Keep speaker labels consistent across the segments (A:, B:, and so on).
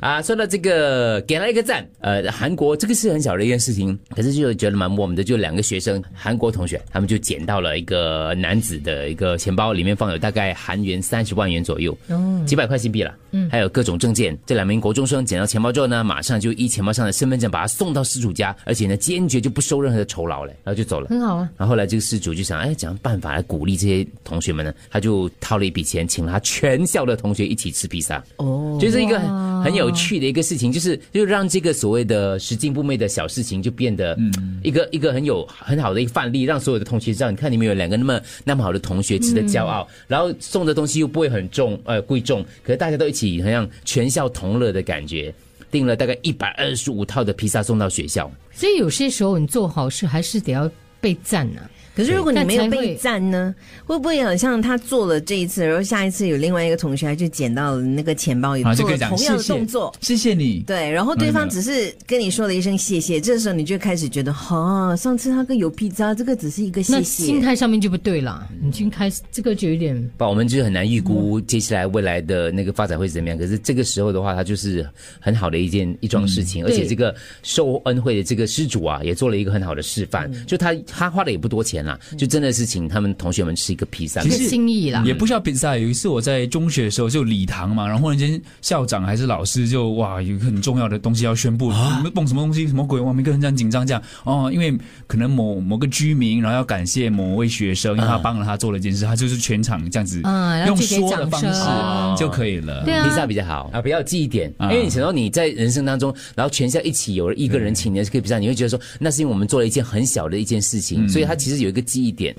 A: 啊，说到这个，给他一个赞。呃，韩国这个是很小的一件事情，可是就觉得蛮我们的，就两个学生，韩国同学，他们就捡到了一个男子的一个钱包，里面放有大概韩元三十万元左右，几百块新币了，嗯，还有各种证件。这两名国中生捡到钱包之后呢，马上就依钱包上的身份证把他送到失主家，而且呢，坚决就不收任何的酬劳嘞，然后就走了。
B: 很好啊。
A: 然后后来这个事主就想，哎，怎样办法来鼓励这些同学们呢？他就掏了一笔钱，请了他全校的同学一起吃披萨。哦，就是一个很很有趣的一个事情，就是就让这个所谓的拾金不昧的小事情，就变得一个、一个很有很好的一个范例，让所有的同学知道，你看你们有两个那么那么好的同学，值得骄傲。然后送的东西又不会很重，呃，贵重，可是大家都一起，好像全校同乐的感觉。订了大概一百二十五套的披萨送到学校，
B: 所以有些时候你做好事还是得要被赞啊呐、
C: 可是如果你没有被
B: 对
C: 赞呢，会不会好像他做了这一次，然后下一次有另外一个同学他就捡到了那个钱包，也
D: 啊，就
C: 做
D: 可
C: 了
D: 以讲
C: 同样
D: 谢
C: 的
D: 谢
C: 动作？，
D: 谢谢你。
C: 对，然后对方只是跟你说了一声谢谢，这时候你就开始觉得，哈、上次那个有披萨，这个只是一个
B: 那
C: 谢
B: 心
C: 谢。
B: 态上面就不对了，已经开始这个就有点
A: 吧，我们就是很难预估接下来未来的那个发展会怎么样。可是这个时候的话，它就是很好的一件一桩事情，而且
B: 对
A: 这个受恩惠的这个施主啊，也做了一个很好的示范。就他他花的也不多钱啦，就真的是请他们同学们吃一个披萨
D: 其
B: 一。个
D: 实
B: 心意啦
D: 也。不需要比赛。有一次我在中学的时候，就礼堂嘛，然后忽然间校长还是老师就哇，有一个很重要的东西要宣布，什么蹦什么东西，什么鬼，我们一个人这样紧张这样哦，因为可能某某个居民，然后要感谢某位学生，因为他帮了他做了一件事，他就是全场这样子
B: 嗯然后
D: 用
B: 就给
D: 说的
B: 掌
D: 方
B: 声
D: 式就可以了。
B: 对啊
A: 披萨比较好啊，比较有记忆点，因为你想到你在人生当中，然后全校一起有一个人请你吃个披萨，你会觉得说，那是因为我们做了一件很小的一件事情，嗯所以它其实有一个记忆点。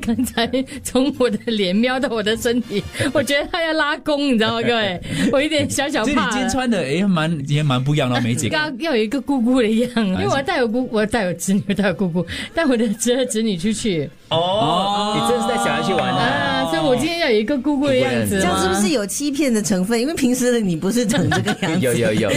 B: 刚才从我的脸瞄到我的身体，我觉得他要拉弓，你知道吗，各位？我有点小小
D: 其实你
B: 怕
D: 今天
B: 了。
D: 穿的也蛮也蛮不一样的，梅姐。
B: 啊刚要有一个姑姑的样，啊因为我带我姑，我带我侄女，我带我姑姑，带我的侄儿侄女出去
A: 哦，你真是带小孩去玩啊！
B: 啊，所以我今天要有一个姑姑的样子
C: 这
B: 嘛。
C: 样是不是有欺骗的成分？因为平时的你不是长这个 样 子，
A: 有有有。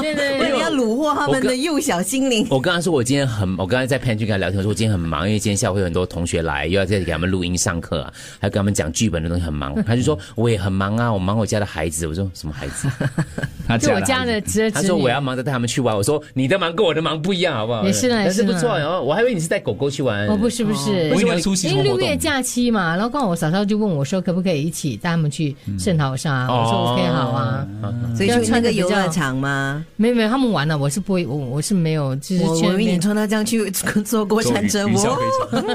B: 对对
C: 为
B: 对
C: 了要虏获他们的幼小心灵。
A: 我刚刚说，我今天很，我刚才在 p a n 跟他聊天，我说我今天很忙，因为今天下午会有很多同学来，又要再给他们录音上课、啊，还要跟他们讲剧本的东西，很忙。他就说我也很忙啊，我忙我家的孩子。我说什么孩 子？
D: 他
B: 就
D: 讲
B: 我
D: 了
B: 家的侄儿
A: 他
B: 侄
A: 说
B: 女
A: 我。要忙着带他们去玩。我说你的忙跟我的忙不一样，好不好？
B: 也是啦
A: 但是
B: 也是
A: 不
B: 啦
A: 错。然后我还以为你是带狗狗去 玩。
B: 哦，不是不是，
D: 我一定要出席什
B: 因
D: 么
B: 为
D: 活动
B: 六月假期嘛，然后刚好我嫂嫂就问我说，可不可以一起带他们去圣淘沙？我说
A: 哦
B: OK 好啊。
C: 所以
B: 要
C: 去那
B: 穿得
C: 个
B: 比较
C: 游乐场吗？
B: 没有没有，他们玩了，我是不会，我我是没有，就是
C: 我
B: 去
C: 我以
B: 那
C: 为你
B: 边。
C: 穿到这样去坐过山车，我
B: 没有没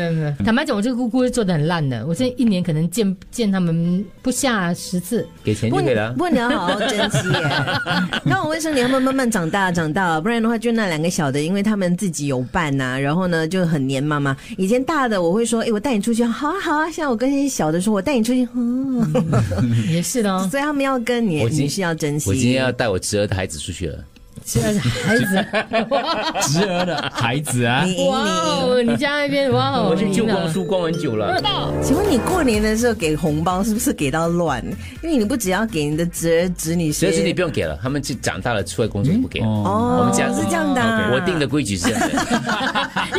B: 有没有，嗯坦白讲，我这个姑姑是做的很烂的，我这一年可能见见他们不下十次。
A: 给钱就
C: 不
A: 可以了。
C: 不能好好珍惜耶。 那我为什么你要们慢慢长大长大？不然的话，就那两个小的，因为他们自己有伴呐、然后呢就很黏妈妈。以前大的我会说，哎，我带你出去，好啊好啊。现在我跟小的说，我带你出去，嗯，
B: 也是的哦，
C: 所以他们要跟你，
A: 我今
C: 你是要珍惜。
A: 我今天要带我侄儿的孩子出去了。
B: 这孩子，
D: 侄儿的孩子啊
C: 你，赢
B: 哇
C: 你。
B: 哦，你家那边哇哦，
A: 我去
B: 你
A: 舅
B: 赢
A: 公
B: 了
A: 叔公很久了。
C: 请问你过年的时候给红包是不是给到乱？因为你不只要给你的侄儿侄女，
A: 侄儿侄女不用给了，他们就长大了出来工作不给了。
D: 哦，
C: 哦，
A: 我们家
C: 是这样的啊、
A: 我定的规矩是这样的。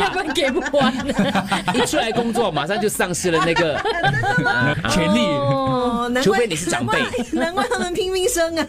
B: 要不然给不完。
A: 一出来工作，马上就丧失了那个，
D: 权力。
B: 哦
C: 哦，难怪
A: 除非你是长辈
C: 难怪难怪他们拼命生啊。